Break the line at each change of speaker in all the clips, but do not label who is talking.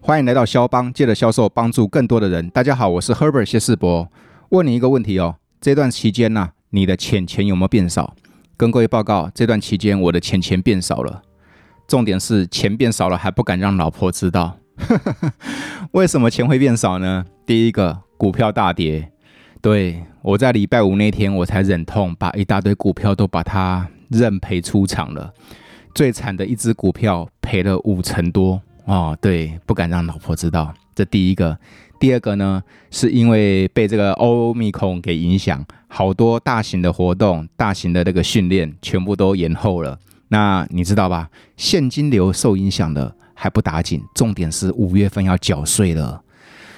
欢迎来到肖邦，借着销售帮助更多的人。大家好，我是 Herbert 谢世博。问你一个问题哦，这段期间呐、你的钱钱有没有变少？跟各位报告，这段期间我的钱钱变少了。重点是钱变少了，还不敢让老婆知道。 为什么钱会变少呢？第一个，股票大跌。对我在礼拜五那天，我才忍痛把一大堆股票都把它认赔出场了。最惨的一只股票赔了五成多哦，对，不敢让老婆知道。这第一个，第二个呢，是因为被这个欧密控给影响，好多大型的活动、大型的那个训练全部都延后了。那你知道吧？现金流受影响的还不打紧，重点是五月份要缴税了。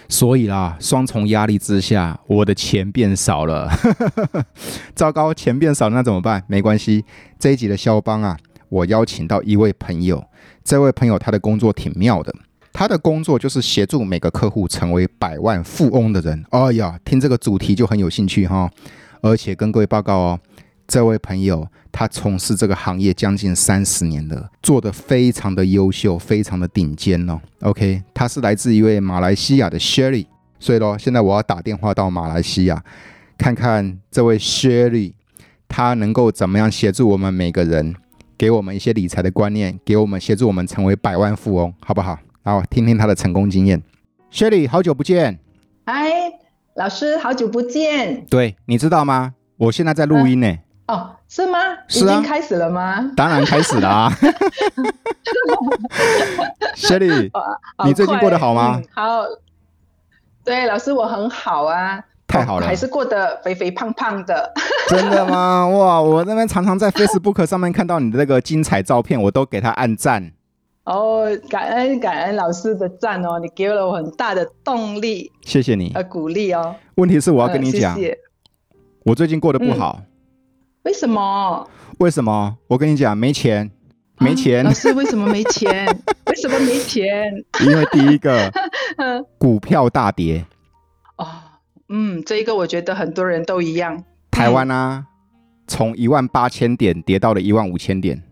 所以啦，双重压力之下，我的钱变少了。 糟糕，钱变少了那怎么办？没关系，这一集的肖邦啊，我邀请到一位朋友，这位朋友他的工作挺妙的。他的工作就是协助每个客户成为百万富翁的人。哎呀，听这个主题就很有兴趣哈、而且跟各位报告哦，这位朋友他从事这个行业将近三十年了，做得非常的优秀，非常的顶尖哦。OK，他是来自一位马来西亚的 Sherry，所以咯，现在我要打电话到马来西亚，看看这位 Sherry 他能够怎么样协助我们每个人，给我们一些理财的观念，给我们协助我们成为百万富翁，好不好？然后听听他的成功经验。Sherry，好久不见。
嗨，哎老师，好久不见
对，你知道吗？我现在在录音呢。
哦，是吗？
是啊
已经开始了吗？
当然开始了 啊 ，Sherry，
好
你最近
快
过得好吗
嗯好，对，老师我很好啊，
太好了
还是过得肥肥胖胖的。
真的吗？ 哇，我那边常常在 Facebook 上面看到你的那个精彩照片，我都给他按赞。
哦，感恩感恩老师的赞哦，你给了我很大的动力
谢谢你。
和鼓励哦。
问题是我
我
要跟你讲，
谢谢。
我最近过得不好，
为什么？
为什么？我跟你讲，没钱，没钱
啊老，师为什么没钱？ 为什么没钱？
因为第一 个
嗯
股票大跌，
哦，嗯，这一个我觉得很多人都一样。
台湾啊，从一万八千点跌到了一万五千点。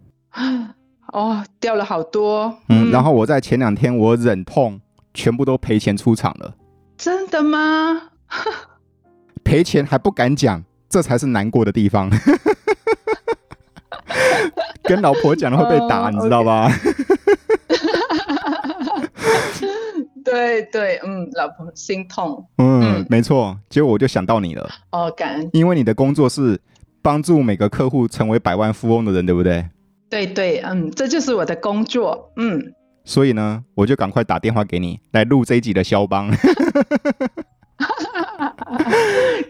哦，掉了好多。
嗯，然后我在前两天我忍痛全部都赔钱出场了。
嗯真的吗？
赔钱还不敢讲，这才是难过的地方。 跟老婆讲了会被打，
哦
你知道吧？
对对，嗯，老婆心痛
嗯
嗯，
没错。结果我就想到你了，
哦，感恩，
因为你的工作是帮助每个客户成为百万富翁的人，对不对？
对对，嗯，这就是我的工作，嗯，
所以呢，我就赶快打电话给你来录这一集的肖邦。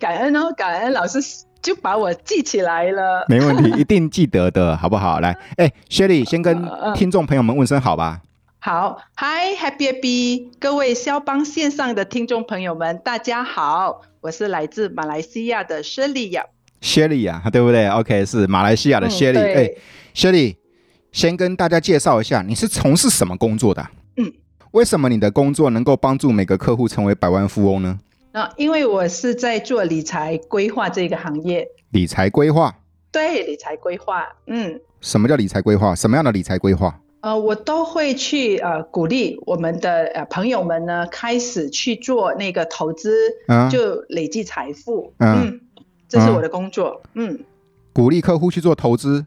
感恩哦，感恩老师就把我记起来 了。
没问题，一定记得的，好不好？来，哎，Sherry 先跟
呃
听众朋友们问声好吧。
好嗨 Happy Happy，各位肖邦线上的听众朋友们，大家好，我是来自马来西亚的 Shirley 呀
Sherry 啊，对不对？OK，是马来西亚的
嗯
Sherry、
对
哎，Sherry，先跟大家介绍一下，你是从事什么工作的啊、
嗯，
为什么你的工作能够帮助每个客户成为百万富翁呢？
那因为我是在做理财规划这个行业，
理财规划，
对理财规划，嗯，
什么叫理财规划？什么样的理财规划？
呃，我都会去呃鼓励我们的呃朋友们呢，开始去做那个投资，
嗯
就累积财富。
嗯
这是
嗯
我的工作。嗯，
鼓励客户去做投资，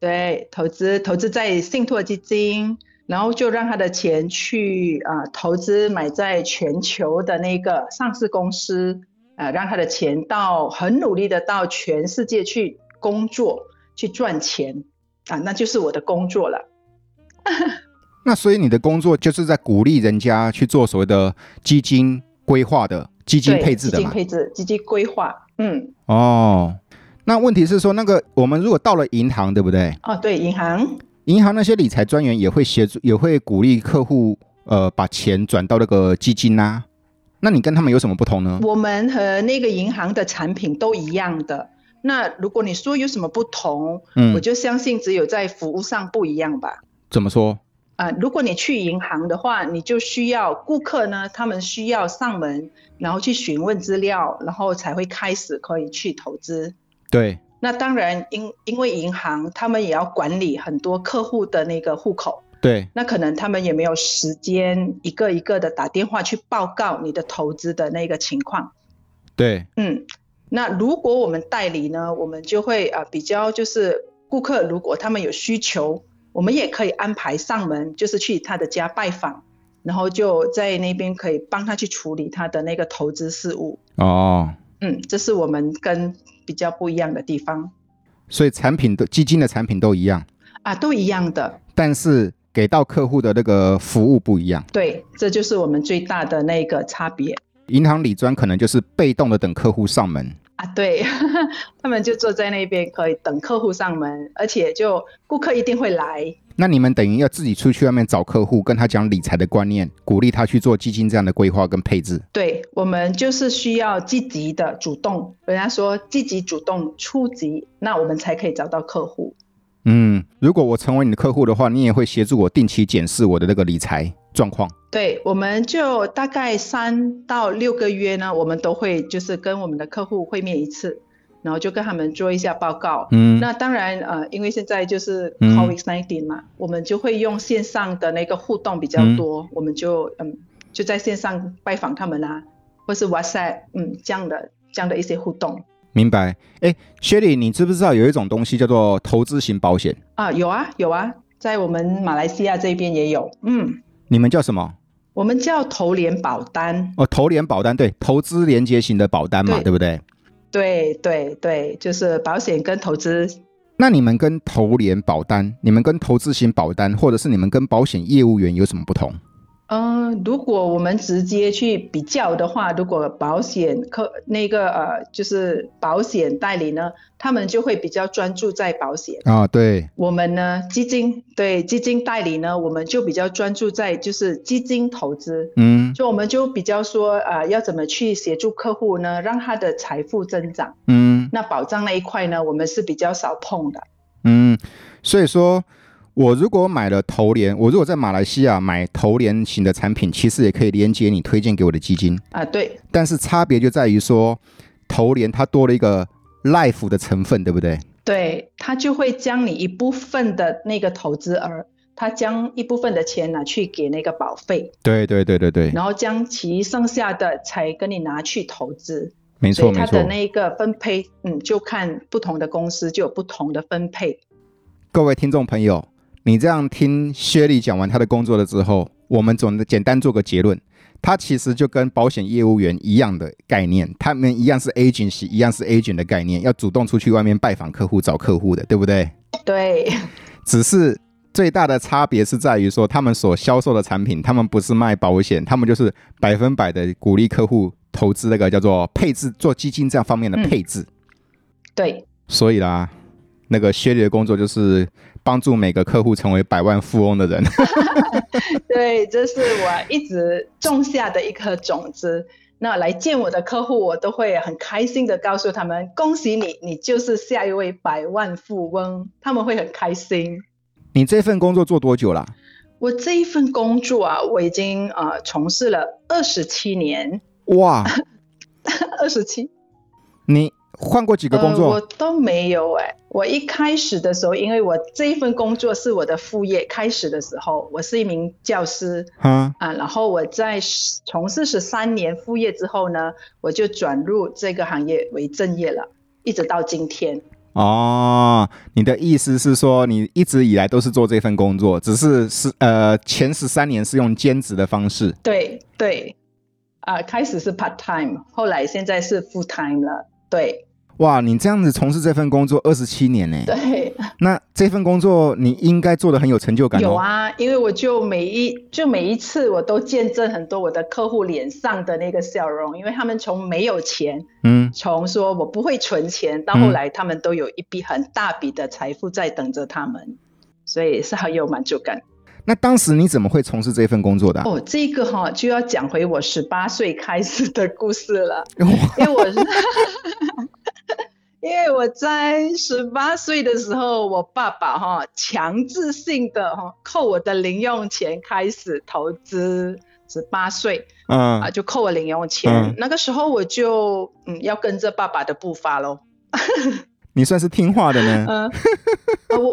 对，投资投资在信托基金，然后就让他的钱去啊、呃投资买在全球的那个上市公司，呃，让他的钱到很努力的到全世界去工作去赚钱啊、那就是我的工作了。
那所以你的工作就是在鼓励人家去做所谓的基金规划的基金
对
配置的
基金
嘛？
配置、基金规划，嗯。
哦，那问题是说，那个我们如果到了银行，对不对？
哦，对，银行，
银行那些理财专员也会协助，也会鼓励客户呃把钱转到那个基金呐、那你跟他们有什么不同呢？
我们和那个银行的产品都一样的。那如果你说有什么不同，我
嗯，
就相信只有在服务上不一样吧。
怎么说？
啊、如果你去银行的话，你就需要顾客呢，他们需要上门，然后去询问资料，然后才会开始可以去投资。
对，
那当然因，因为银行他们也要管理很多客户的那个户口，
对，
那可能他们也没有时间一个一个的打电话去报告你的投资的那个情况。
对，
嗯，那如果我们代理呢，我们就会呃比较就是顾客如果他们有需求，我们也可以安排上门，就是去他的家拜访，然后就在那边可以帮他去处理他的那个投资事务。
哦，
嗯，这是我们跟比较不一样的地方
所以产品都基金的产品都一样，
啊，都一样的。
但是给到客户的那个服务不一样。
对，这就是我们最大的那个差别
银行理专可能就是被动的等客户上门，
啊。对， 他们就坐在那边可以等客户上门，而且就顾客一定会来。
那你们等于要自己出去外面找客户，跟他讲理财的观念，鼓励他去做基金这样的规划跟配置。
对我们就是需要积极的主动，人家说积极主动出击，那我们才可以找到客户。
嗯，如果我成为你的客户的话，你也会协助我定期检视我的那个理财状况。
对，我们就大概三到六个月呢，我们都会就是跟我们的客户会面一次，然后就跟他们做一下报告。
嗯，
那当然，呃，因为现在就是
嗯
COVID 1 9嘛，我们就会用线上的那个互动比较多，我们就嗯就在线上拜访他们啊，或是 WhatsApp 嗯这样的这样的一些互动
明白。哎，Shelly，你知不知道有一种东西叫做投资型保险？
啊，有啊有啊，在我们马来西亚这边也有，嗯，
你们叫什么？
我们叫投联保单，
哦，投连保单，对，投资连接型的保单嘛，
对
对不对？
对对对，就是保险跟投资
那你们跟投连保单、你们跟投资型保单，或者是你们跟保险业务员有什么不同？
嗯，如果我们直接去比较的话，如果保险客那个呃，就是保险代理呢，他们就会比较专注在保险。
啊，对，
我们呢，基金对基金代理呢，我们就比较专注在就是基金投资，
嗯
就我们就比较说呃，要怎么去协助客户呢，让他的财富增长。
嗯
那保障那一块呢，我们是比较少碰的。
嗯，所以说我如果买了投连，我如果在马来西亚买投连型的产品，其实也可以连接你推荐给我的基金，
啊、对
但是差别就在于说，投连它多了一个 life 的成分，对不对？
对，他就会将你一部分的那个投资额，他将一部分的钱拿去给那个保费，
对对对对对，
然后将其剩下的才跟你拿去投资。
没
所
错
以
没
他
错
的。那个分配，嗯，就看不同的公司就有不同的分配。
各位听众朋友，你这样听薛丽讲完她的工作了之后，我们总的简单做个结论，它其实就跟保险业务员一样的概念，他们一样是 agency，一样是 agent 的概念，要主动出去外面拜访客户、找客户的，对不对？
对，
只是最大的差别是在于说，他们所销售的产品，他们不是卖保险，他们就是百分百的鼓励客户投资那个叫做配置，做基金这样方面的配置。
对，
所以啦，那个薛丽的工作就是帮助每个客户成为百万富翁的人。
对，这是我一直种下的一颗种子。那来见我的客户，我都会很开心的告诉他们：恭喜你，你就是下一位百万富翁。他们会很开心。
你这份工作做多久啦？
我这一份工作啊，我已经呃从事了二十七年，
哇，
二十七
你换过几个工
呃、我
作？
都没有哎、我一开始的时候，因为我这一份工作是我的副业，开始的时候我是一名教师
哈、
啊，然后我在十从事十三年副业之后呢，我就转入这个行业为正业了，一直到今天。
哦，你的意思是说，你一直以来都是做这份工作，只是是呃前十三年是用兼职的方式。
对对，啊，开始是 part time，后来现在是 full time 了。对
哇，你这样子从事这份工作二十七年呢？
对。
那这份工作你应该做的很有成就感哦。
有，啊，因为我就每一就每一次我都见证很多我的客户脸上的那个笑容，因为他们从没有钱，
嗯，
从说我不会存钱，到
嗯
后来他们都有一笔很大笔的财富在等着他们，所以是很有满足感。
那当时你怎么会从事这份工作的啊、
哦，这个哈、就要讲回我十八岁开始的故事 了，
哇
因为我是。因为我在十八岁的时候，我爸爸哈、强制性的哈、扣我的零用钱开始投资，十八岁
嗯、
啊就扣我零用钱。
嗯
那个时候我就嗯要跟着爸爸的步伐喽。
你算是听话的呢。
嗯、呃我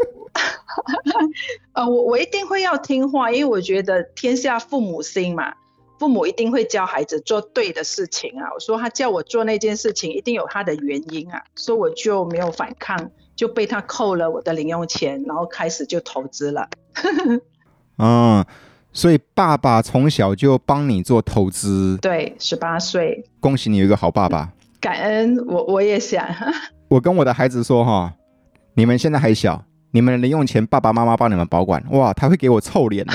呃，我我一定会要听话，因为我觉得天下父母心嘛，父母一定会教孩子做对的事情啊。我说他叫我做那件事情，一定有他的原因啊，所以我就没有反抗，就被他扣了我的零用钱，然后开始就投资了。
嗯，所以爸爸从小就帮你做投资，
对，十八岁，
恭喜你有一个好爸爸。
感恩我我也想，
我跟我的孩子说哈，你们现在还小，你们的零用钱爸爸妈妈帮你们保管，哇，他会给我臭脸的。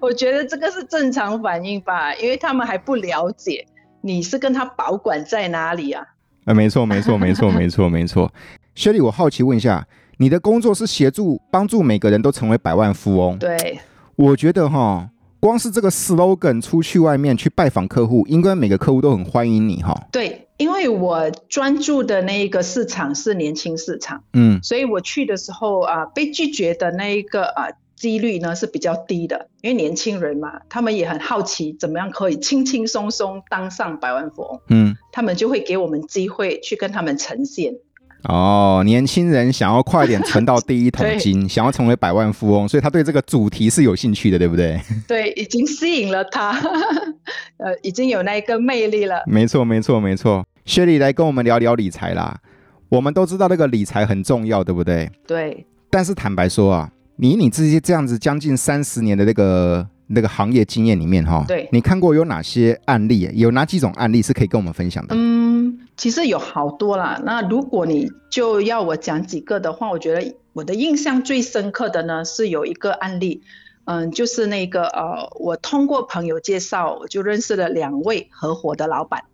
我觉得这个是正常反应吧，因为他们还不了解你是跟他保管在哪里啊。
呃，没错，没错，没错，没错，没错。薛丽，我好奇问一下，你的工作是协助帮助每个人都成为百万富翁？
对，
我觉得哈，光是这个 slogan 出去外面去拜访客户，应该每个客户都很欢迎你哈。
对，因为我专注的那个市场是年轻市场，
嗯
所以我去的时候啊、被拒绝的那一个啊、几率呢是比较低的，因为年轻人嘛，他们也很好奇怎么样可以轻轻松松当上百万富翁，
嗯，
他们就会给我们机会去跟他们呈现。
哦，年轻人想要快点存到第一桶金，想要成为百万富翁，所以他对这个主题是有兴趣的，对不对？
对，已经吸引了他， 呃，已经有那一个魅力了。
没错，没错，没错。薛丽来跟我们聊聊理财啦。我们都知道那个理财很重要，对不对？
对，
但是坦白说啊，你以你自己这样子将近三十年的那个那个行业经验里面哈，
对
你看过有哪些案例？有哪几种案例是可以跟我们分享的？
嗯，其实有好多啦。那如果你就要我讲几个的话，我觉得我的印象最深刻的呢是有一个案例，嗯，就是那个呃，我通过朋友介绍，我就认识了两位合伙的老板，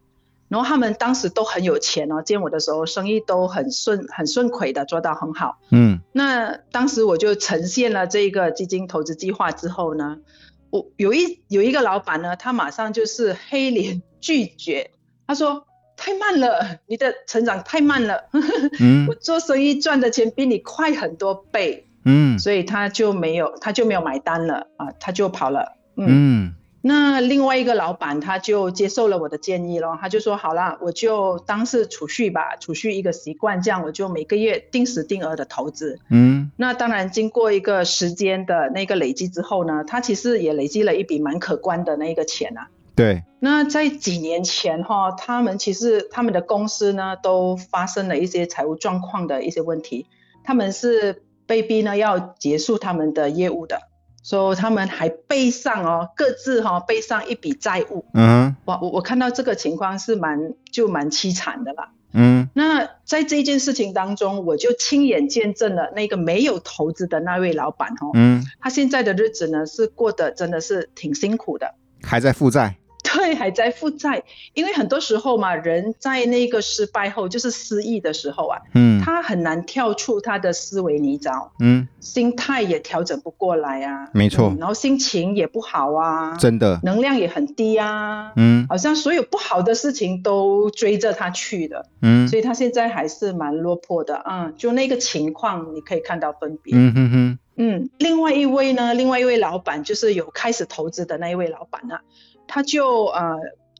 然后他们当时都很有钱哦，见我的时候生意都很顺很顺亏的，做到很好。
嗯
那当时我就呈现了这个基金投资计划之后呢，我有一有一个老板呢，他马上就是黑脸拒绝，他说太慢了，你的成长太慢了，
嗯
我做生意赚的钱比你快很多倍，
嗯
所以他就没有他就没有买单了啊，他就跑了。嗯，
嗯
那另外一个老板他就接受了我的建议咯，他就说好啦，我就当是储蓄吧，储蓄一个习惯，这样我就每个月定时定额的投资。
嗯
那当然，经过一个时间的那个累积之后呢，他其实也累积了一笔蛮可观的那个钱啊。
对，
那在几年前哈、他们其实他们的公司呢都发生了一些财务状况的一些问题，他们是被逼呢要结束他们的业务的，所以他们还背上哦各自哈、背上一笔债务。
嗯哼
哇，我我看到这个情况是蛮就蛮凄惨的啦。
嗯
那在这件事情当中，我就亲眼见证了那个没有投资的那位老板哦，
嗯，
他现在的日子呢是过得真的是挺辛苦的，
还在负债。
对，还在负债。因为很多时候嘛，人在那个失败后，就是失意的时候啊，
嗯
他很难跳出他的思维泥沼，
嗯，
心态也调整不过来啊，
没错
嗯然后心情也不好啊，
真的。
能量也很低啊，
嗯
好像所有不好的事情都追着他去的。
嗯
所以他现在还是蛮落魄的啊、就那个情况你可以看到分别。
嗯哼哼，
嗯另外一位呢，另外一位老板就是有开始投资的那一位老板啊，他就呃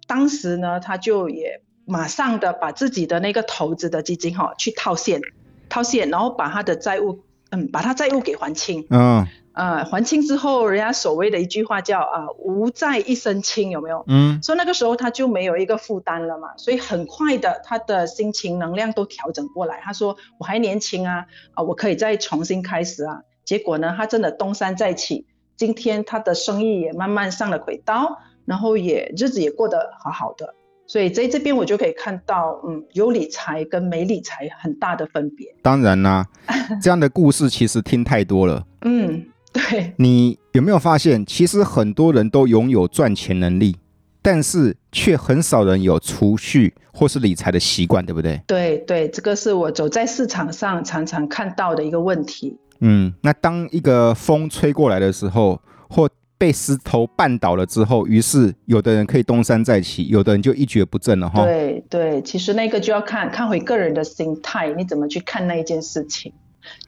当时呢，他就也马上的把自己的那个投资的基金哈、哦去套现，套现，然后把他的债务嗯把他债务给还清，
嗯
呃还清之后，人家所谓的一句话叫啊、无债一身轻，有没有？
嗯
所以那个时候他就没有一个负担了嘛，所以很快的他的心情能量都调整过来。他说我还年轻啊，啊我可以再重新开始啊。结果呢，他真的东山再起，今天他的生意也慢慢上了轨道，然后也日子也过得好好的。所以在这边我就可以看到，嗯，有理财跟没理财很大的分别。
当然 啦、这样的故事其实听太多了。
嗯，对，
你有没有发现，其实很多人都拥有赚钱能力，但是却很少人有储蓄或是理财的习惯，对不对？
对对，这个是我走在市场上常常看到的一个问题。
嗯，那当一个风吹过来的时候，或被石头绊倒了之后，于是有的人可以东山再起，有的人就一蹶不振了哈。
对对，其实那个就要看看回个人的心态，你怎么去看那一件事情，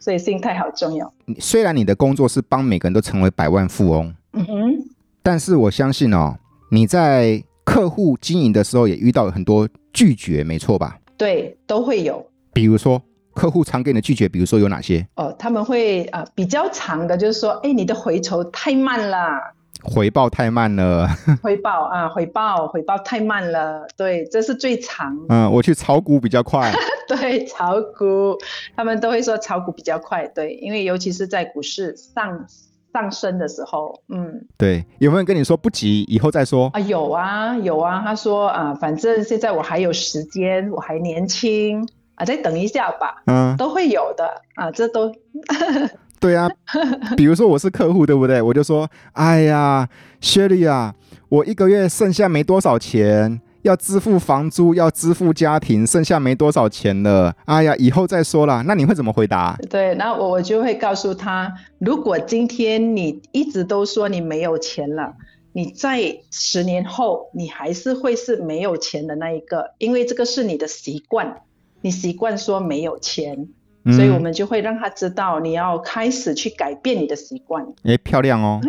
所以心态好重要。
你虽然你的工作是帮每个人都成为百万富翁，
嗯哼，
但是我相信哦，你在客户经营的时候也遇到很多拒绝，没错吧？
对，都会有。
比如说客户常给你的拒绝，比如说有哪些？
哦，他们会啊、比较长的，就是说，哎，你的回酬太慢了，
回报太慢了，
回报啊，回报回报太慢了，对，这是最长的。
嗯，我去炒股比较快。
对，炒股，他们都会说炒股比较快，对，因为尤其是在股市上上升的时候，嗯，
对，有没有人跟你说不急，以后再说？
啊，有啊，有啊。他说啊，反正现在我还有时间，我还年轻啊，再等一下吧，
嗯，
都会有的啊，这都
对啊，比如说我是客户，对不对？我就说，哎呀，Shirley 啊，我一个月剩下没多少钱，要支付房租，要支付家庭，剩下没多少钱了。哎呀，以后再说啦。那你会怎么回答？
对。然后我我就会告诉他，如果今天你一直都说你没有钱了。你在十年后，你还是会是没有钱的那一个，因为这个是你的习惯，你习惯说没有钱，
嗯
所以我们就会让他知道你要开始去改变你的习惯。
哎，漂亮 哦。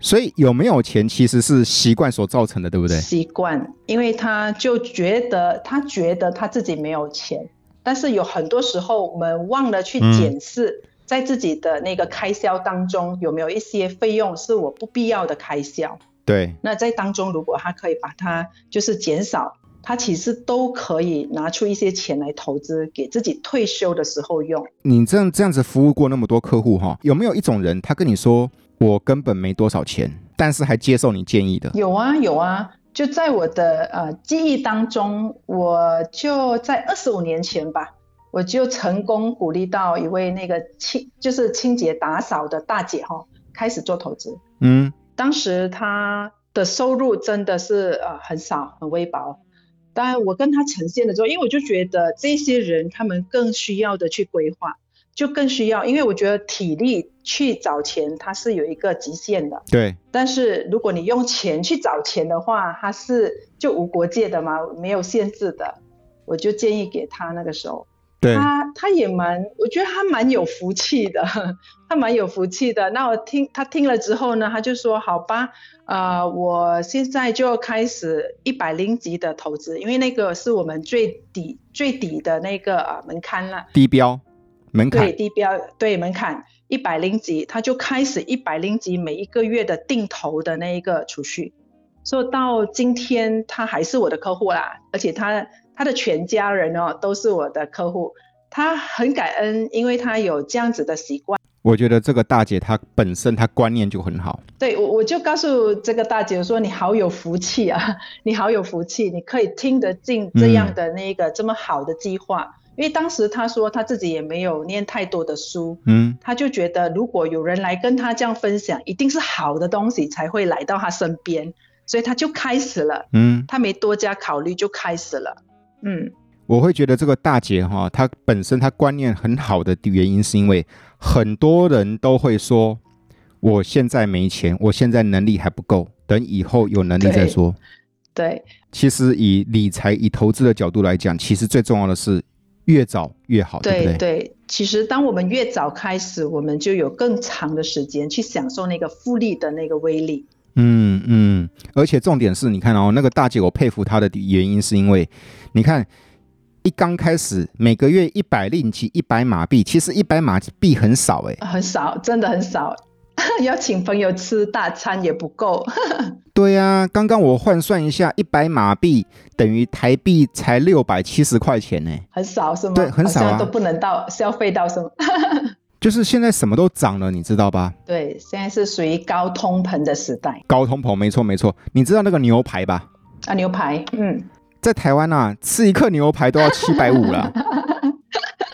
所以有没有钱其实是习惯所造成的，对不对？
习惯，因为他就觉得他觉得他自己没有钱，但是有很多时候我们忘了去
嗯
检视，在自己的那个开销当中有没有一些费用是我不必要的开销。
对，
那在当中，如果他可以把它就是减少，他其实都可以拿出一些钱来投资，给自己退休的时候用。
你这样这样子服务过那么多客户哈、有没有一种人他跟你说我根本没多少钱，但是还接受你建议的？
有啊，有啊。就在我的呃记忆当中，我就在二十五年前吧，我就成功鼓励到一位那个清就是清洁打扫的大姐哈、开始做投资。
嗯，
当时她的收入真的是呃很少，很微薄。当然，我跟她呈现的时候，因为我就觉得这些人他们更需要的去规划，就更需要，因为我觉得体力去找钱它是有一个极限的。
对，
但是如果你用钱去找钱的话，它是就无国界的嘛，没有限制的。我就建议给他那个时候，
对
他他也蛮，我觉得他蛮有福气的， 他蛮有福气的。那我听他听了之后呢，他就说好吧，呃，我现在就开始一百零级的投资，因为那个是我们最底最底的那个呃门槛了。
低标门槛
对，，地标对门槛一百零级，他就开始一百零级每一个月的定投的那一个储蓄，所以到今天他还是我的客户啦，而且他他的全家人哦都是我的客户，他很感恩，因为他有这样子的习惯。
我觉得这个大姐她本身她观念就很好，
对我，我就告诉这个大姐我说：“你好有福气啊，你好有福气，你可以听得进这样的那个这么好的计划。因为当时她说她自己也没有念太多的书，
嗯，
他就觉得如果有人来跟他这样分享，一定是好的东西才会来到他身边，所以他就开始了，
嗯，
他没多加考虑就开始了。嗯，
我会觉得这个大姐哈、她本身她观念很好的原因，是因为很多人都会说，我现在没钱，我现在能力还不够，等以后有能力再说。
对，
其实以理财、以投资的角度来讲，其实最重要的是越早越好，对
对
不对？
对。其实当我们越早开始，我们就有更长的时间去享受那个复利的那个威力。
嗯嗯，而且重点是，你看哦，那个大姐，我佩服她的原因是因为，你看一刚开始每个月一百令吉、一百马币，其实一百马币很少哎。
啊很少，真的很少， 要请朋友吃大餐也不够。
对呀、啊，刚刚我换算一下，一百马币等于台币才六百七十块钱欸呢。
很少是吗？
对很少啊
好像都不能到消费到什么。
就是现在什么都涨了，你知道吧？
对，现在是属于高通膨的时代
高通膨，没错没错。你知道那个牛排吧？
啊，牛排，嗯，
在台湾啊，吃一克牛排都要七百五了。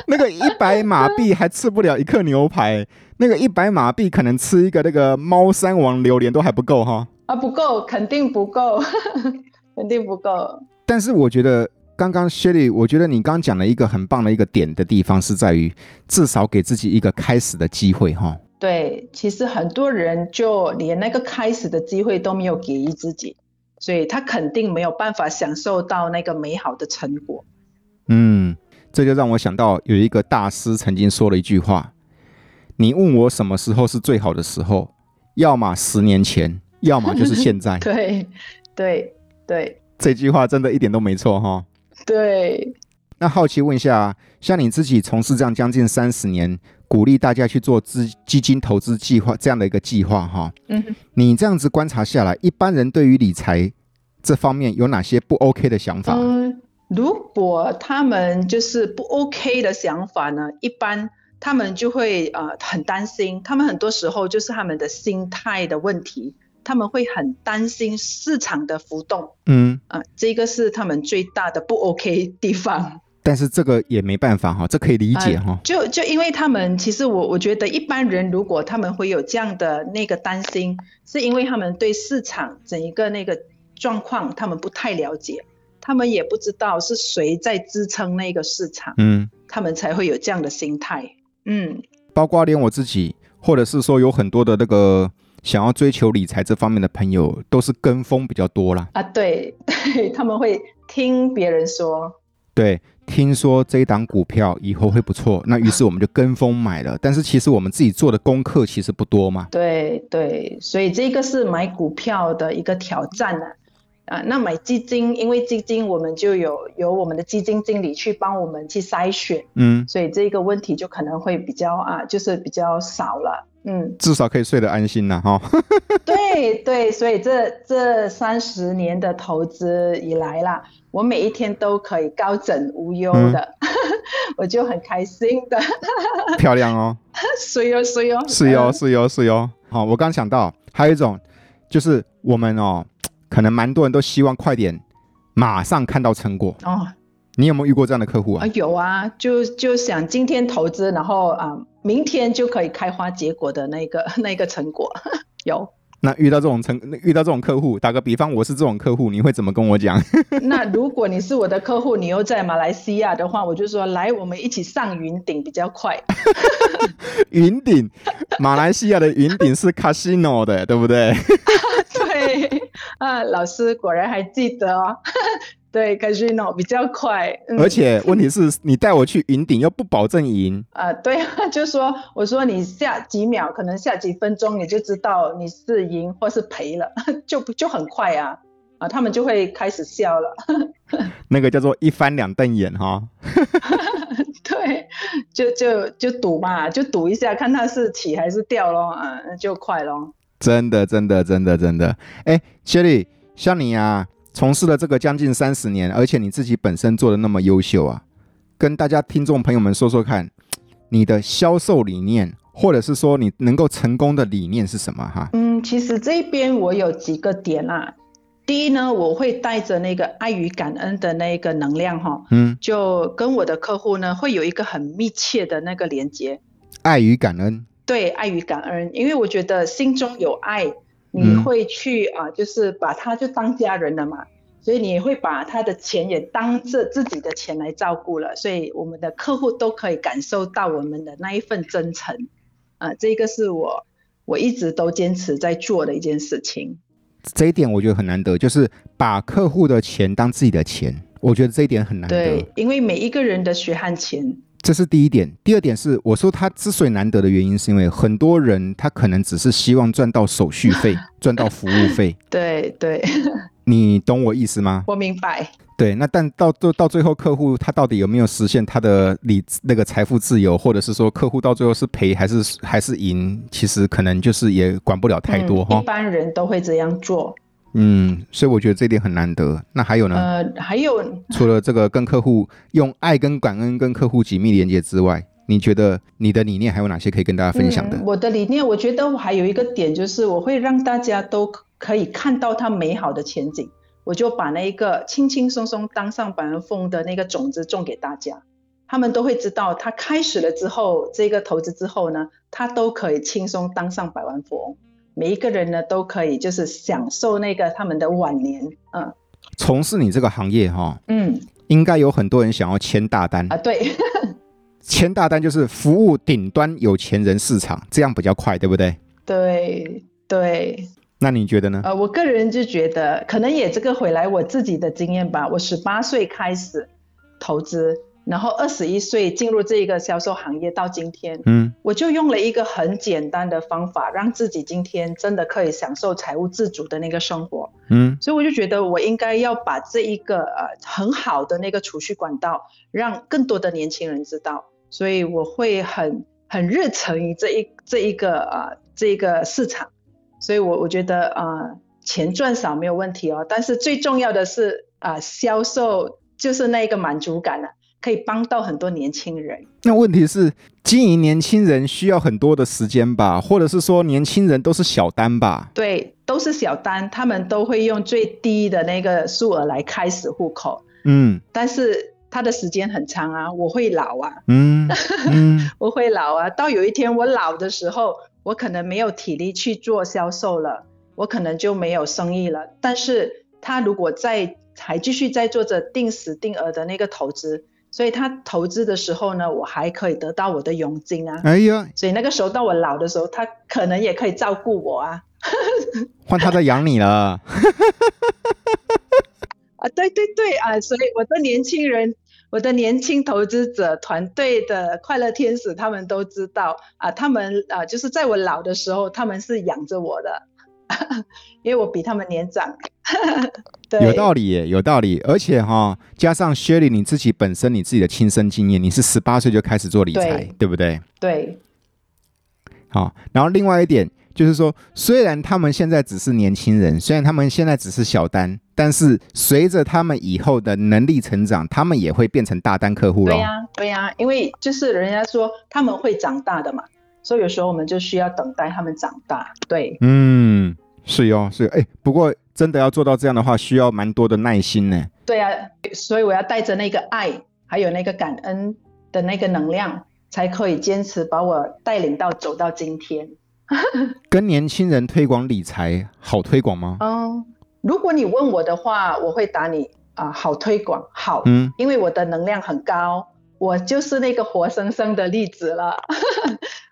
那个一百马币还吃不了一克牛排，那个一百马币可能吃一个那个猫山王榴莲都还不够哈。
啊，不够，肯定不够， 肯定不够。
但是我觉得刚刚 Shelly，我觉得你刚讲了一个很棒的一个点的地方是在于，至少给自己一个开始的机会哈。
对，其实很多人就连那个开始的机会都没有给予自己，所以他肯定没有办法享受到那个美好的成果。
嗯，这就让我想到有一个大师曾经说了一句话：“你问我什么时候是最好的时候，要么十年前，要么就是现在。”
对，对，对，
这句话真的一点都没错哈、
对，
那好奇问一下，像你自己从事这样将近三十年，鼓励大家去做资基金投资计划这样的一个计划哈，
嗯哼，
你这样子观察下来，一般人对于理财这方面有哪些不 OK 的想法？
嗯，如果他们就是不 OK 的想法呢，一般他们就会呃很担心，他们很多时候就是他们的心态的问题，他们会很担心市场的浮动
嗯，
啊、呃这个是他们最大的不 OK 地方。
但是这个也没办法哈，这可以理解哈。
就就因为他们，其实我我觉得一般人如果他们会有这样的那个担心，是因为他们对市场整一个那个状况他们不太了解，他们也不知道是谁在支撑那个市场，
嗯，
他们才会有这样的心态。嗯
包括连我自己，或者是说有很多的那个想要追求理财这方面的朋友，都是跟风比较多啦。
啊，对 对，他们会听别人说，
对，听说这一档股票以后会不错，那于是我们就跟风买了。但是其实我们自己做的功课其实不多嘛。
对对，所以这个是买股票的一个挑战呢、啊。啊，那买基金，因为基金我们就有有我们的基金经理去帮我们去筛选，
嗯，，
所以这个问题就可能会比较啊，就是比较少了。嗯
至少可以睡得安心了哈。
对对，所以这这三十年的投资以来啦，我每一天都可以高枕无忧的， 我就很开心的。
漂亮哦，
水哦水哦，
是哟，是哟，是哟。好，我刚想到还有一种，就是我们哦，可能蛮多人都希望快点马上看到成果。
嗯。哦，
你有没有遇过这样的客户啊
啊？有啊，就就想今天投资，然后啊明天就可以开花结果的那个 那个成果，有。
那遇到这种成遇到这种客户，打个比方，我是这种客户，你会怎么跟我讲？
那如果你是我的客户，你又在马来西亚的话，我就说来，我们一起上云顶比较快。
云顶，马来西亚的云顶是 casino 的，对不对？
对，啊，老师果然还记得哦。 对，casino 比较快，嗯、
而且问题是你带我去云顶又不保证赢，
啊，对啊，就说我说你下几秒，可能下几分钟，你就知道你是赢或是赔了， 就就很快啊，啊，他们就会开始笑了。
那个叫做一翻两瞪眼哈。
对，就就就赌嘛，就赌一下，看它是起还是掉咯，啊，那就快咯。
真的，真的，真的，真的。哎，Sherry，像你啊，从事了这个将近三十年，而且你自己本身做的那么优秀啊，跟大家听众朋友们说说看，你的销售理念，或者是说你能够成功的理念是什么哈？
嗯，其实这边我有几个点啦、第一呢，我会带着那个爱与感恩的那个能量哈、
嗯，
就跟我的客户呢会有一个很密切的那个连接。
爱与感恩。
对，爱与感恩，因为我觉得心中有爱，你
嗯
会去啊、就是把他就当家人了嘛，所以你也会把他的钱也当这自己的钱来照顾了，所以我们的客户都可以感受到我们的那一份真诚，啊、这个是我我一直都坚持在做的一件事情。
这一点我觉得很难得，就是把客户的钱当自己的钱，我觉得这一点很难得
对。，因为每一个人的血汗钱，
这是第一点。第二点是，我说他之所以难得的原因，是因为很多人他可能只是希望赚到手续 费，赚到服务费，
对对，
你懂我意思吗？
我明白。
对，那但到到到最后，客户他到底有没有实现他的理那个财富自由，或者是说客户到最后是赔还是还是赢，其实可能就是也管不了太多
嗯
哈
一。般人都会这样做。
嗯，所以我觉得这一点很难得。那还有呢？
呃，还有
除了这个跟客户用爱跟感恩跟客户紧密连接之外，你觉得你的理念还有哪些可以跟大家分享的？
嗯我的理念，我觉得我还有一个点就是，我会让大家都可以看到它美好的前景。我就把那一个轻轻松松当上百万富翁的那个种子种给大家，他们都会知道，他开始了之后，这个投资之后呢，他都可以轻松当上百万富翁。每一个人呢，都可以就是享受那个他们的晚年。嗯
从事你这个行业哈、
嗯
应该有很多人想要签大单
啊，，对
签大单就是服务顶端有钱人市场，这样比较快，对不对？
对对，
那你觉得呢？
呃，我个人就觉得，可能也这个回来我自己的经验吧。我十八岁开始投资，然后二十一岁进入这个销售行业，到今天，
嗯，
我就用了一个很简单的方法，让自己今天真的可以享受财务自主的那个生活。
嗯
所以我就觉得我应该要把这一个呃很好的那个储蓄管道，让更多的年轻人知道。所以我会很很热诚于这一这一个呃这一个市场。所以我我觉得呃钱赚少没有问题哦，但是最重要的是啊、呃销售就是那一个满足感啊，可以帮到很多年轻人。
那问题是，经营年轻人需要很多的时间吧，或者是说年轻人都是小单吧？
对，都是小单，他们都会用最低的那个数额来开始户口。
嗯
但是他的时间很长啊，我会老啊，
嗯嗯
我会老啊，到有一天我老的时候，我可能没有体力去做销售了，我可能就没有生意了。但是他如果在还继续在做着定时定额的那个投资，所以他投资的时候呢，我还可以得到我的佣金啊。
哎呀，
所以那个时候到我老的时候，他可能也可以照顾我啊。
换他在养你了。
啊，对对对啊，所以我的年轻人，我的年轻投资者团队的快乐天使，他们都知道啊，他们啊，就是在我老的时候，他们是养着我的， 因为我比他们年长。 对，
有道理耶，有道理。而且哈、加上 Sherry 你自己本身你自己的亲身经验，你是十八岁就开始做理财，
对
不对？
对
好、啊然后另外一点就是说，虽然他们现在只是年轻人，虽然他们现在只是小单，但是随着他们以后的能力成长，他们也会变成大单客户
对
咯。
呀、对呀、因为就是人家说他们会长大的嘛，所以有时候我们就需要等待他们长大。对，
嗯，是哟、是哟。哎，不过真的要做到这样的话，需要蛮多的耐心呢。
对呀、所以我要带着那个爱，还有那个感恩的那个能量，才可以坚持把我带领到走到今天。
跟年轻人推广理财好推广吗？
嗯，如果你问我的话，我会答你啊、好推广好，
嗯，
因为我的能量很高，我就是那个活生生的例子了，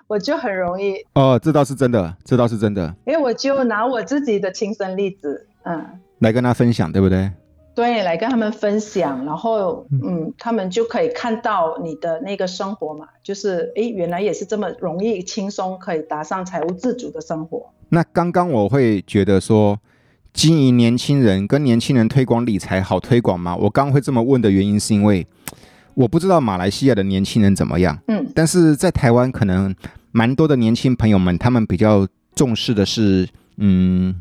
我就很容易，
哦，这倒是真的，这倒是真的，
因为我就拿我自己的亲身例子，嗯，
来跟他分享，对不对？
对，来跟他们分享，然后嗯，他们就可以看到你的那个生活嘛，就是诶，原来也是这么容易轻松可以达上财务自主的生活，
那刚刚我会觉得说，经营年轻人跟年轻人推广理财好推广吗？我刚会这么问的原因是因为我不知道马来西亚的年轻人怎么样，
嗯
但是在台湾可能蛮多的年轻朋友们，他们比较重视的是，嗯，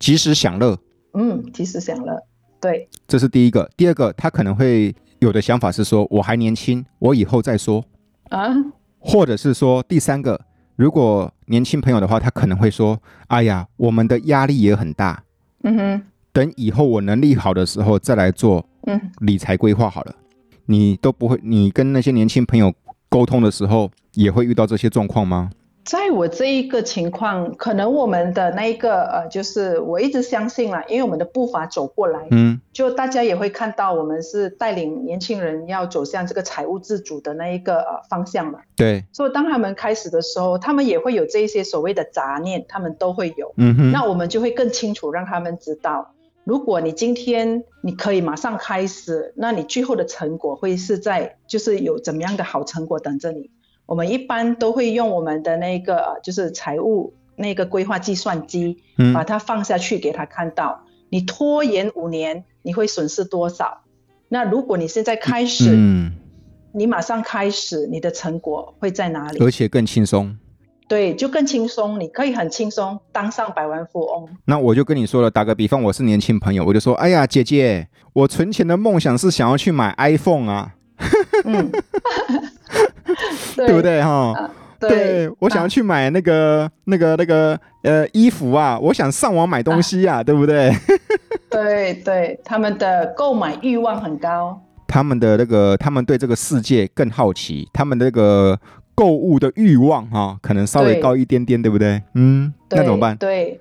及时享乐，
嗯，及时享乐，对，
这是第一个。第二个，他可能会有的想法是说，我还年轻，我以后再说，
啊，
或者是说第三个，如果年轻朋友的话，他可能会说，哎呀，我们的压力也很大，
嗯哼，
等以后我能力好的时候再来做
嗯
理财规划好了。你都不会，你跟那些年轻朋友沟通的时候，也会遇到这些状况吗？
在我这一个情况，可能我们的那一个呃，就是我一直相信啦，因为我们的步伐走过来，
嗯
就大家也会看到我们是带领年轻人要走向这个财务自主的那一个呃方向嘛。，
对，
所以当他们开始的时候，他们也会有这一些所谓的杂念，他们都会有。
嗯哼，
那我们就会更清楚让他们知道，如果你今天你可以马上开始，那你最后的成果会是在就是有怎么样的好成果等着你。我们一般都会用我们的那个呃就是财务那个规划计算机，把
嗯
它放下去给他看到，你拖延五年你会损失多少？那如果你现在开始，
嗯，
你马上开始，你的成果会在哪里？
而且更轻松。
对，就更轻松，你可以很轻松当上百万富翁。
那我就跟你说了，打个比方，我是年轻朋友，我就说，哎呀，姐姐，我存钱的梦想是想要去买 iPhone 啊，
嗯，对
对不？对哈？
啊对，
对，我想要去买那个、那个、那个呃衣服啊，我想上网买东西啊，对不对？
对对，他们的购买欲望很高。
他们的那个，他们对这个世界更好奇，他们的那个购物的欲望哈、可能稍微
对
高一点点，对不对？嗯，
对
那怎么办？
对，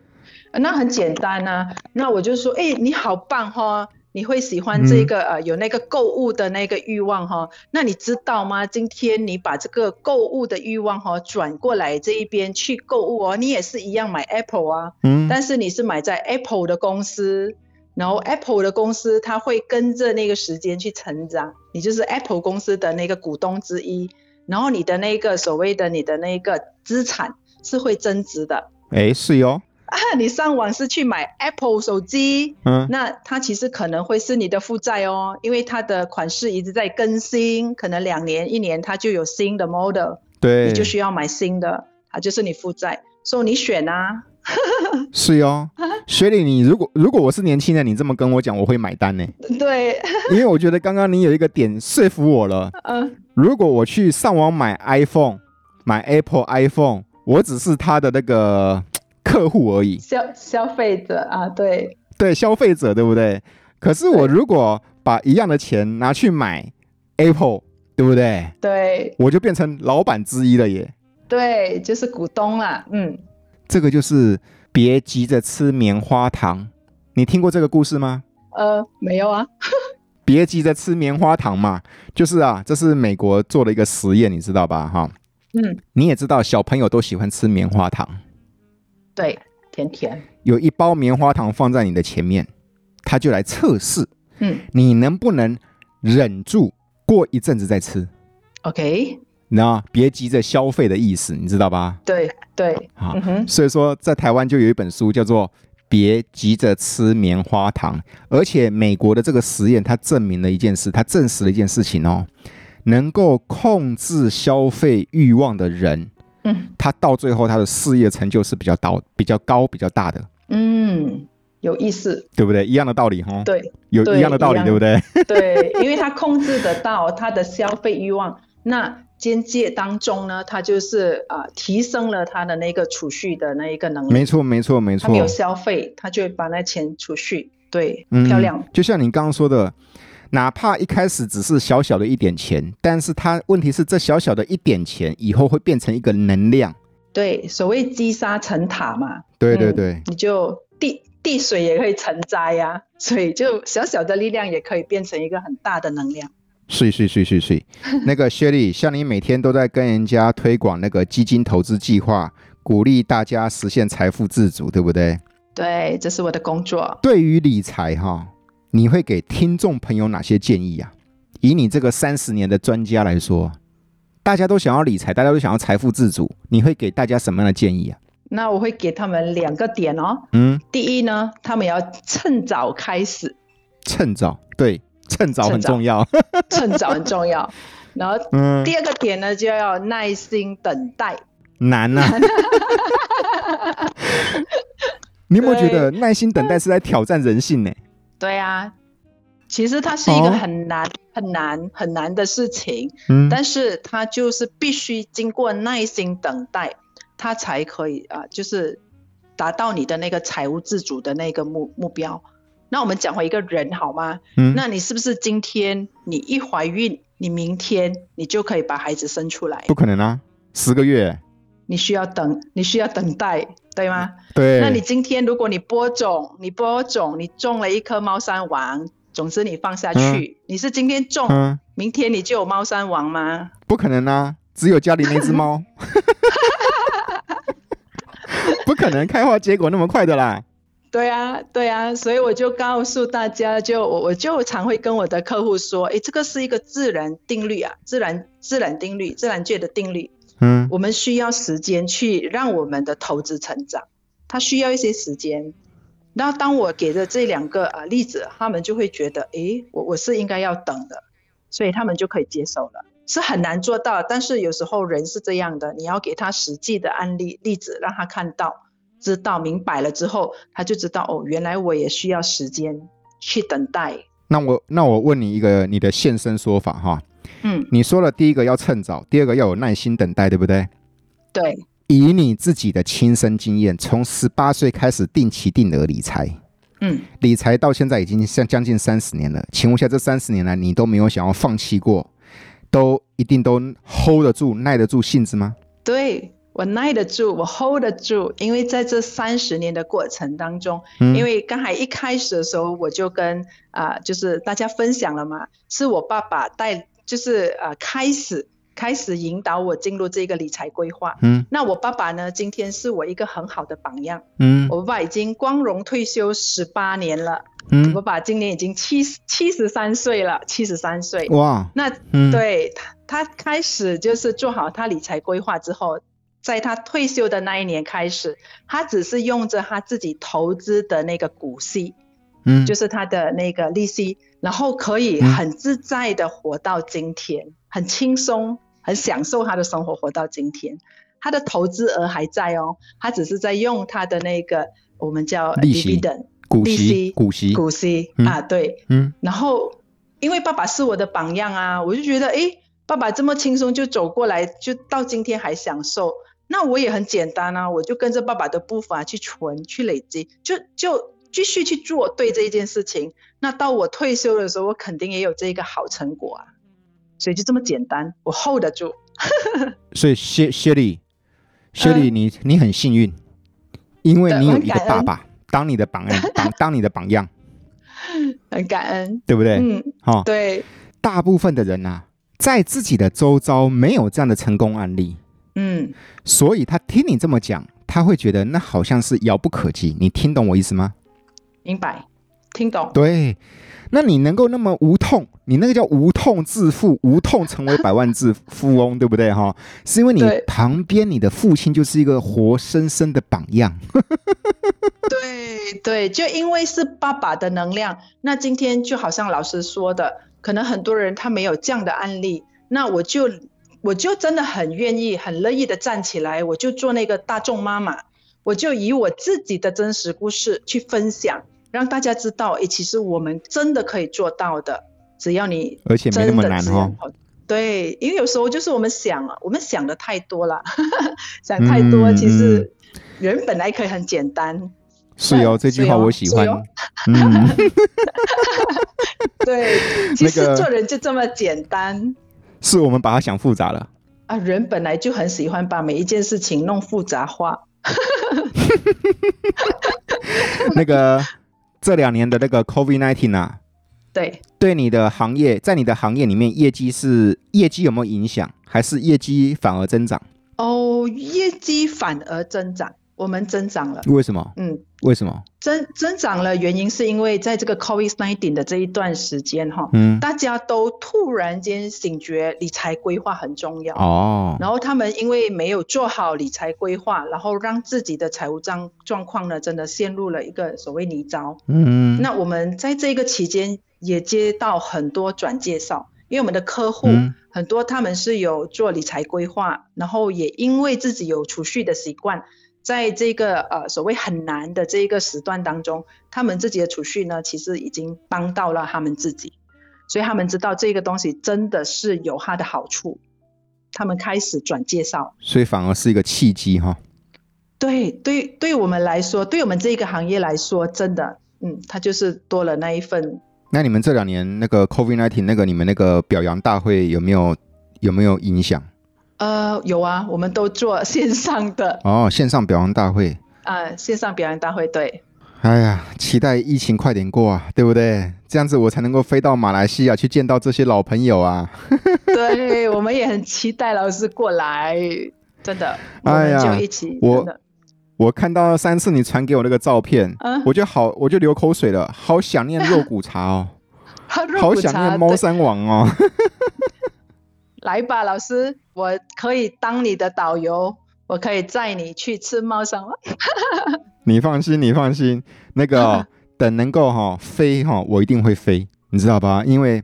呃那很简单啊。那我就说，哎，你好棒哈、你会喜欢这个、
嗯
呃有那个购物的那个欲望哈、那你知道吗？今天你把这个购物的欲望哈、转过来这一边去购物哦，你也是一样买 Apple 啊，
嗯，
但是你是买在 Apple 的公司，然后 Apple 的公司它会跟着那个时间去成长，你就是 Apple 公司的那个股东之一，然后你的那个所谓的你的那个资产是会增值的，
哎，是哟、
啊，你上网是去买 Apple 手机，
嗯
那它其实可能会是你的负债哦，因为它的款式一直在更新，可能两年一年它就有新的 model，
对，
你就需要买新的，它就是你负债，所以你选啊，
是 哦。学理，你如果如果我是年轻人，你这么跟我讲，我会买单 呢，
对，
因为我觉得刚刚你有一个点说服我了。
嗯、
如果我去上网买 iPhone，买 Apple iPhone，我只是他的那个客户而已，
消消费者啊，对，
对消费者，对不对？可是我
对
如果把一样的钱拿去买 Apple，对不对？
对，
我就变成老板之一了耶。
对，就是股东啦，嗯，
这个就是别急着吃棉花糖。你听过这个故事吗？
呃，没有啊，
别急着吃棉花糖嘛，就是啊，这是美国做的一个实验，你知道吧？哈，
嗯，
你也知道小朋友都喜欢吃棉花糖，
对，甜甜，
有一包棉花糖放在你的前面，他就来测试
嗯
你能不能忍住过一阵子再吃。
，OK，
那别急着消费的意思，你知道吧？
对对，
啊
嗯哼，
所以说，在台湾就有一本书叫做《别急着吃棉花糖》，而且美国的这个实验，它证明了一件事，它证实了一件事情哦，能够控制消费欲望的人，
嗯
他到最后他的事业成就是比较高、比较高、比较大的，
嗯，有意思，
对不对？一样的道理哦，
对
有
对
一样的道理
一，样
对不对？
对，因为他控制得到他的消费欲望，那。间接当中呢，他就是啊、提升了他的那个储蓄的那一个能力。
没错，没错，没
他
错
没。有消费，他就会把那钱储蓄，对，
嗯
漂亮，
就像你刚刚说的，哪怕一开始只是小小的一点钱，但是它问题是这小小的一点钱以后会变成一个能量。
对，所谓积沙成塔嘛，
对对
嗯
对，
你就地地水也可以成灾呀、所以就小小的力量也可以变成一个很大的能量。
是是是是是， 那个薛丽，像你每天都在跟人家推广那个基金投资计划，鼓励大家实现财富自主，对不对？
对，这是我的工作。
对于理财哈，你会给听众朋友哪些建议啊？以你这个三十年的专家来说，大家都想要理财，大家都想要财富自主，你会给大家什么样的建议啊？
那我会给他们两个点哦。
嗯，
第一呢，他们要趁早开始，
趁早，对，趁早很
趁早
重要。
趁早很重要。然后
嗯，
第二个点呢，就要耐心等待。
难啊呐、
啊
你有没有觉得耐心等待是在挑战人性呢？
对啊，其实它是一个
哦
很难、很难、很难的事情。
嗯，
但是他就是必须经过耐心等待，他才可以啊、就是达到你的那个财务自主的那个目目标。那我们讲回一个人好吗？
嗯
那你是不是今天你一怀孕，你明天你就可以把孩子生出来
不？可能啊，十个月，
你需要等，你需要等待，对吗？
对，
那你今天如果你播种，你播种，你种了一颗猫山王，总之你放下去，你是今天种，
嗯，
明天你就有猫山王吗？
不可能啊，只有家里那只猫， 不可能开花结果那么快的啦。
对啊，对啊，所以我就告诉大家，就我我就常会跟我的客户说，诶，这个是一个自然定律啊，自然自然定律，自然界的定律，
嗯，
我们需要时间去让我们的投资成长，它需要一些时间。那当我给的这两个啊例子，他们就会觉得，诶，我我是应该要等的，所以他们就可以接受了。是很难做到，但是有时候人是这样的，你要给他实际的案例例子，让他看到、知道、明白了之后，他就知道哦，原来我也需要时间去等待。
那我那我问你一个你的现身说法哈，
嗯，
你说了第一个要趁早，第二个要有耐心等待，对不对？
对，
以你自己的亲身经验，从十八岁开始定期定额理财，
嗯，
理财到现在已经像将近三十年了，请问一下，这三十年来你都没有想要放弃过，都一定都 hold 得住、耐得住性子吗？
对我耐得住，我 hold 得住，因为在这三十年的过程当中，
嗯
因为刚才一开始的时候我就跟啊、就是大家分享了嘛，是我爸爸带，就是啊、开始开始引导我进入这个理财规划。
嗯
那我爸爸呢，今天是我一个很好的榜样。
嗯
我爸爸已经光荣退休十八年了，我
嗯，
爸爸今年已经七七十三岁了，七十三岁。
哇，
那
嗯，
对他，他开始就是做好他理财规划之后，在他退休的那一年开始，他只是用着他自己投资的那个股息，
嗯，
就是他的那个利息，然后可以很自在的活到今天，很轻松，很享受他的生活，活到今天。他的投资额还在哦，他只是在用他的那个我们叫
利息
dividend
股
利
息
息
股息，
股息、
嗯
啊，对，
嗯
然后因为爸爸是我的榜样啊，我就觉得，诶，爸爸这么轻松就走过来，就到今天还享受，那我也很简单啊，我就跟着爸爸的步伐去存、去累积，就就继续去做对这一件事情。那到我退休的时候，我肯定也有这一个好成果啊，所以就这么简单，我 hold 得住。
所以谢谢丽，谢丽，
嗯
你你很幸运，因为
对
你
我
有
很
一个
感
爸
恩
爸当你的榜样，当当你的榜样，
很感恩，
对不对？
嗯，
哦，
对，
大部分的人啊，在自己的周遭没有这样的成功案例，
嗯，
所以他听你这么讲，他会觉得那好像是遥不可及。你听懂我意思吗？
明白，听懂，
对，那你能够那么无痛，你那个叫无痛致富，无痛成为百万致富翁，对不对哈？是因为你
对
旁边你的父亲就是一个活生生的榜样。
对对，就因为是爸爸的能量，那今天就好像老师说的，可能很多人他没有这样的案例，那我就我就真的很愿意、很乐意的站起来，我就做那个大众妈妈，我就以我自己的真实故事去分享，让大家知道，诶，其实我们真的可以做到的，只要你
而且没那么难
真的只
哦
要跑。对，因为有时候就是我们想啊，我们想的太多了， 想太多，
嗯
其实人本来可以很简单。
是哦，这句
是
话
哦
我喜欢
是哦。
嗯，
对，其
那个
实做人就这么简单
是我们把它想复杂了。
啊！人本来就很喜欢把每一件事情弄复杂化。
那个这两年的那个 COVID nineteen 啊，
对，
对你的行业，在你的行业里面，业绩是业绩有没有影响，还是业绩反而增长？
哦，业绩反而增长，我们增长了。
为什么？
嗯，
为什么？
增增长了，原因是因为在这个 COVID-19 的这一段时间哈，
嗯，
大家都突然间醒觉理财规划很重要。
哦，
然后他们因为没有做好理财规划，然后让自己的财务状状况呢，真的陷入了一个所谓泥沼。
嗯，
那我们在这个期间也接到很多转介绍，因为我们的客户、
嗯
很多他们是有做理财规划，然后也因为自己有储蓄的习惯，在这个呃所谓很难的这一个时段当中，他们自己的储蓄呢，其实已经帮到了他们自己，所以他们知道这个东西真的是有它的好处，他们开始转介绍。
所以反而是一个契机哈。
对对，对我们来说，对我们这个行业来说，真的，嗯，它就是多了那一份
那你们这两年那个 COVID nineteen 那个你们那个表扬大会有没有有没有影响？
呃，有啊，我们都做线上的
哦，线上表扬大会，
啊、呃线上表演大会， 对，
哎呀，期待疫情快点过啊，对不对？这样子我才能够飞到马来西亚去见到这些老朋友啊。
对我们也很期待老师过来，真的，我
哎
们
呀
就一起，
我
真的，
我看到三次你传给我那个照片，
嗯
我就好，我就流口水了，好想念肉骨茶哦，
肉
好
骨
想
茶
念猫
对
山王哦。
来吧，老师，我可以当你的导游，我可以载你去吃猫山王，
你放心，你放心，那个 哦、等能够哈、飞哈、我一定会飞，你知道吧？因为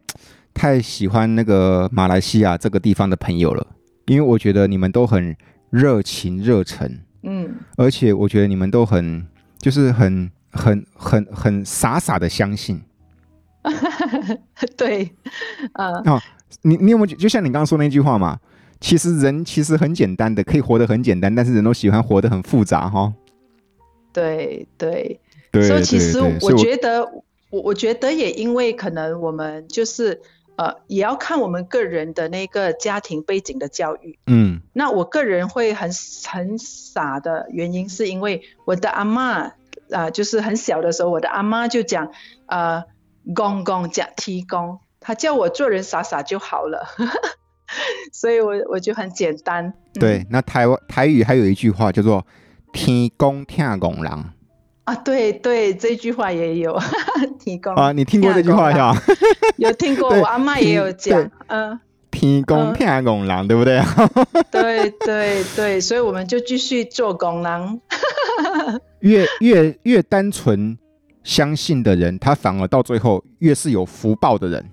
太喜欢那个马来西亚这个地方的朋友了，因为我觉得你们都很热情热忱，
嗯，
而且我觉得你们都很就是很很很很傻傻的相信。
对，呃，
你你有没有觉就像你刚刚说那句话嘛？其实人其实很简单的，可以活得很简单，但是人都喜欢活得很复杂哈、
对对，
对
所
对
以其实
对，所
我
以
觉得，我我觉得也因为可能我们就是呃，也要看我们个人的那个家庭背景的教育。
嗯
那我个人会很很傻的原因，是因为我的阿妈啊、呃就是很小的时候，我的阿妈就讲呃，公公讲提公，她叫我做人傻傻就好了， 所以我我就很简单。嗯
对。那台湾台语还有一句话叫做“天公听公狼
啊，对对，这句话也有 提”供
啊，你听过这句话呀？
有听过，
啊对
我阿妈也有
听对
讲，嗯，
偏工
嗯
偏工狼，对不啊对？
对对对，所以我们就继续做工人。
越越越单纯相信的人，他反而到最后越是有福报的人。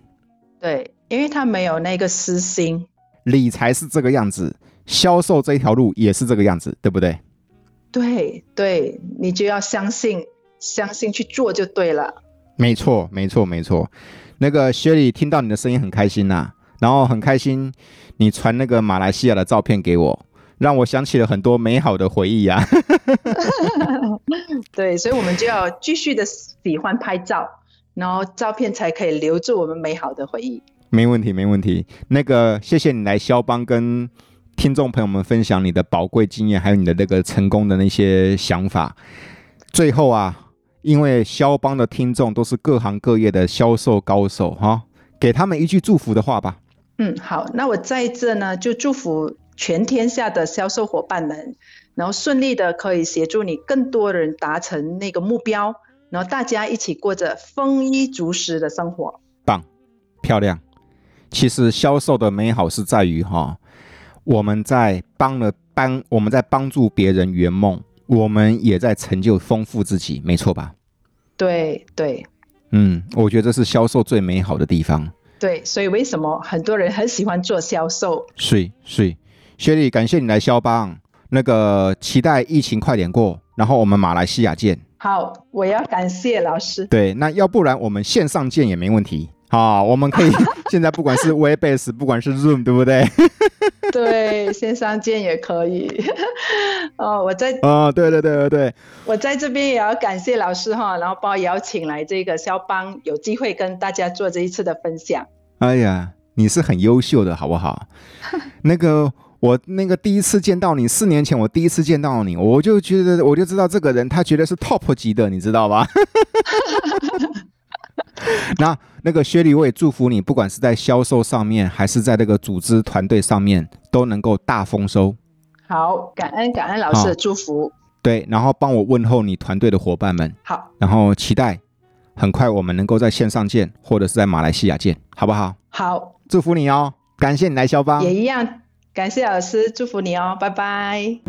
对，因为他没有那个私心。
理财是这个样子，销售这一条路也是这个样子，对不对？
对对，你就要相信，相信去做就对了。
没错，没错，没错。那个薛里听到你的声音很开心呐、然后很开心你传那个马来西亚的照片给我，让我想起了很多美好的回忆啊。
对，所以我们就要继续的喜欢拍照，然后照片才可以留住我们美好的回忆。
没问题，没问题。那个，谢谢你来肖邦跟听众朋友们分享你的宝贵经验，还有你的那个成功的那些想法。最后啊，因为肖邦的听众都是各行各业的销售高手哈、给他们一句祝福的话吧。
嗯，好，那我在这呢，就祝福全天下的销售伙伴们，然后顺利的可以协助你更多人达成那个目标，然后大家一起过着丰衣足食的生活。
棒，漂亮。其实销售的美好是在于哈、我们在帮了帮我们在帮助别人圆梦，我们也在成就丰富自己，没错吧？
对对
嗯，我觉得这是销售最美好的地方。
对，所以为什么很多人很喜欢做销售？
是是，雪莉，感谢你来肖邦，那个期待疫情快点过，然后我们马来西亚见。
好，我要感谢老师。
对，那要不然我们线上见也没问题。啊，我们可以 现在不管是 Webex，不管是 Zoom，对不对？
对，线上见也可以。哦，我在
啊，对对对对对，
我在这边也要感谢老师哈，然后把我邀请来这个肖邦，有机会跟大家做这一次的分享。
哎呀，你是很优秀的，好不好？那个我那个第一次见到你，四年前我第一次见到你，我就觉得我就知道这个人他绝对是 top 级的，你知道吧？那那个薛礼，我也祝福你，不管是在销售上面，还是在那个组织团队上面，都能够大丰收。
好，感恩感恩老师
好
的祝福。
对，然后帮我问候你团队的伙伴们，
好，
然后期待很快我们能够在线上见，或者是在马来西亚见，好不好？
好，
祝福你哦，感谢你来肖邦，
也一样，感谢老师，祝福你哦，拜拜。